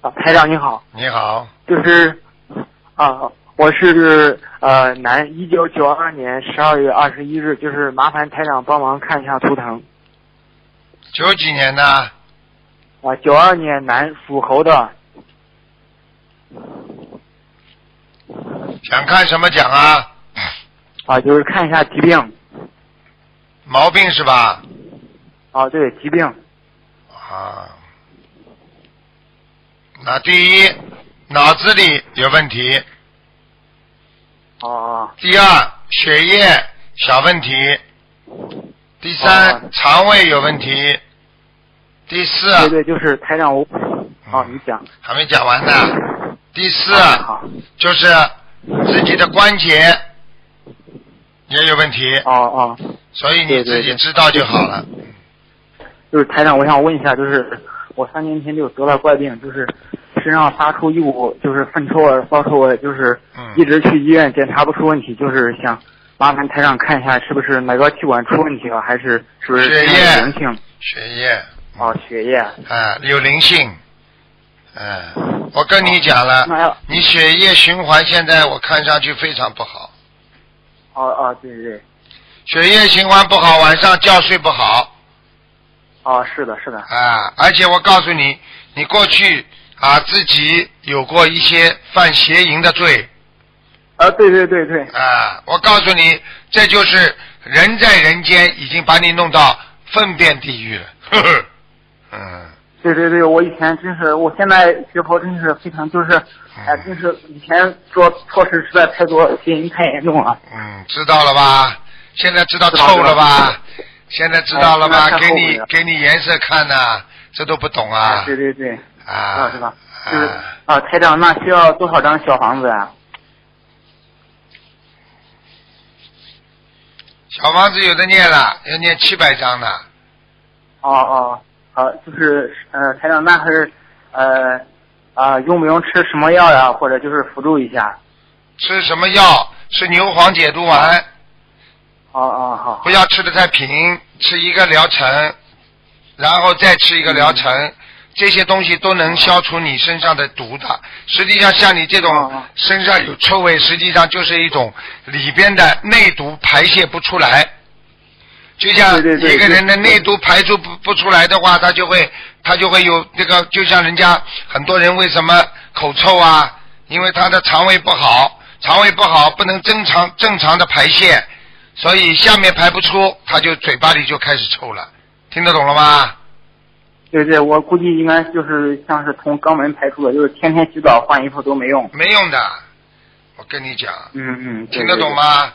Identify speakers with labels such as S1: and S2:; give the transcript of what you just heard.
S1: 啊，台长您好，
S2: 你好，
S1: 就是啊，我是呃男，一九九二年十二月二十一日，就是麻烦台长帮忙看一下图腾
S2: 九几年的？
S1: 啊，九二年男，属猴的，
S2: 想看什么奖啊？
S1: 啊，就是看一下疾病，
S2: 毛病是吧？
S1: 啊，对，疾病，
S2: 啊，那第一，脑子里有问题；
S1: 哦、哦，
S2: 第二，血液小问题；第三，
S1: 哦
S2: 肠胃有问题；第四，
S1: 对对，就是啊台长我，哦，你讲，
S2: 还没讲完呢。第四，
S1: 啊好，
S2: 就是自己的关节也有问题，
S1: 哦哦，
S2: 所以你
S1: 对对
S2: 自己
S1: 对
S2: 知道就好了。
S1: 就是台长，我想问一下，就是我三年前就得了怪病，就是身上发出一股就是粪臭味、骚臭味，就是
S2: 嗯
S1: 一直去医院检查不出问题，就是想麻烦台长看一下，是不是哪个气管出问题了，还是是不是
S2: 血液
S1: 身上有灵性？
S2: 血液。
S1: 哦，血液。
S2: 啊，有灵性。哎，我跟你讲了，
S1: 那要
S2: 你血液循环现在我看上去非常不好，
S1: 哦哦，对对对，
S2: 血液循环不好，晚上觉睡不好
S1: 哦，是的，是的，
S2: 啊。而且我告诉你，你过去啊自己有过一些犯邪淫的罪
S1: 啊，对对对对，
S2: 啊。我告诉你，这就是人在人间已经把你弄到粪便地狱了。呵呵，嗯，
S1: 对对对，我以前真是，我现在学佛真是非常就是，哎、真是以前做错事实在太多，原因太严重了。
S2: 嗯，知道了吧？现在知道臭了吧？现在知道了吧？
S1: 哎现在看
S2: 给
S1: 后
S2: 你
S1: 面
S2: 给你颜色看呐、这都不懂
S1: 哎
S2: 啊
S1: 对对对。
S2: 啊
S1: 啊，是吧？就是
S2: 啊！
S1: 啊，台长，那需要多少张小房子啊？
S2: 小房子有的念了，要念七百张呢。
S1: 哦哦，好、就是呃，台长，那还是呃啊、用不用吃什么药呀、或者就是辅助一下？
S2: 吃什么药？吃牛黄解毒
S1: 啊
S2: 丸，
S1: 哦哦，好，
S2: 不要吃的太平，吃一个疗程，然后再吃一个疗程，
S1: 嗯
S2: 这些东西都能消除你身上的毒的。实际上，像你这种
S1: 哦
S2: 身上有臭味，实际上就是一种里边的内毒排泄不出来。就像
S1: 啊对对对
S2: 一个人的
S1: 对
S2: 内毒排出不不出来的话，他就会他就会有那个，就像人家很多人为什么口臭啊？因为他的肠胃不好，肠胃不好不能正常正常的排泄，所以下面排不出，他就嘴巴里就开始臭了。听得懂了吗？
S1: 对对，我估计应该就是像是从肛门排出的，就是天天洗澡换衣服都没用。
S2: 没用的，我跟你讲，
S1: 嗯嗯，对
S2: 听得懂？吗？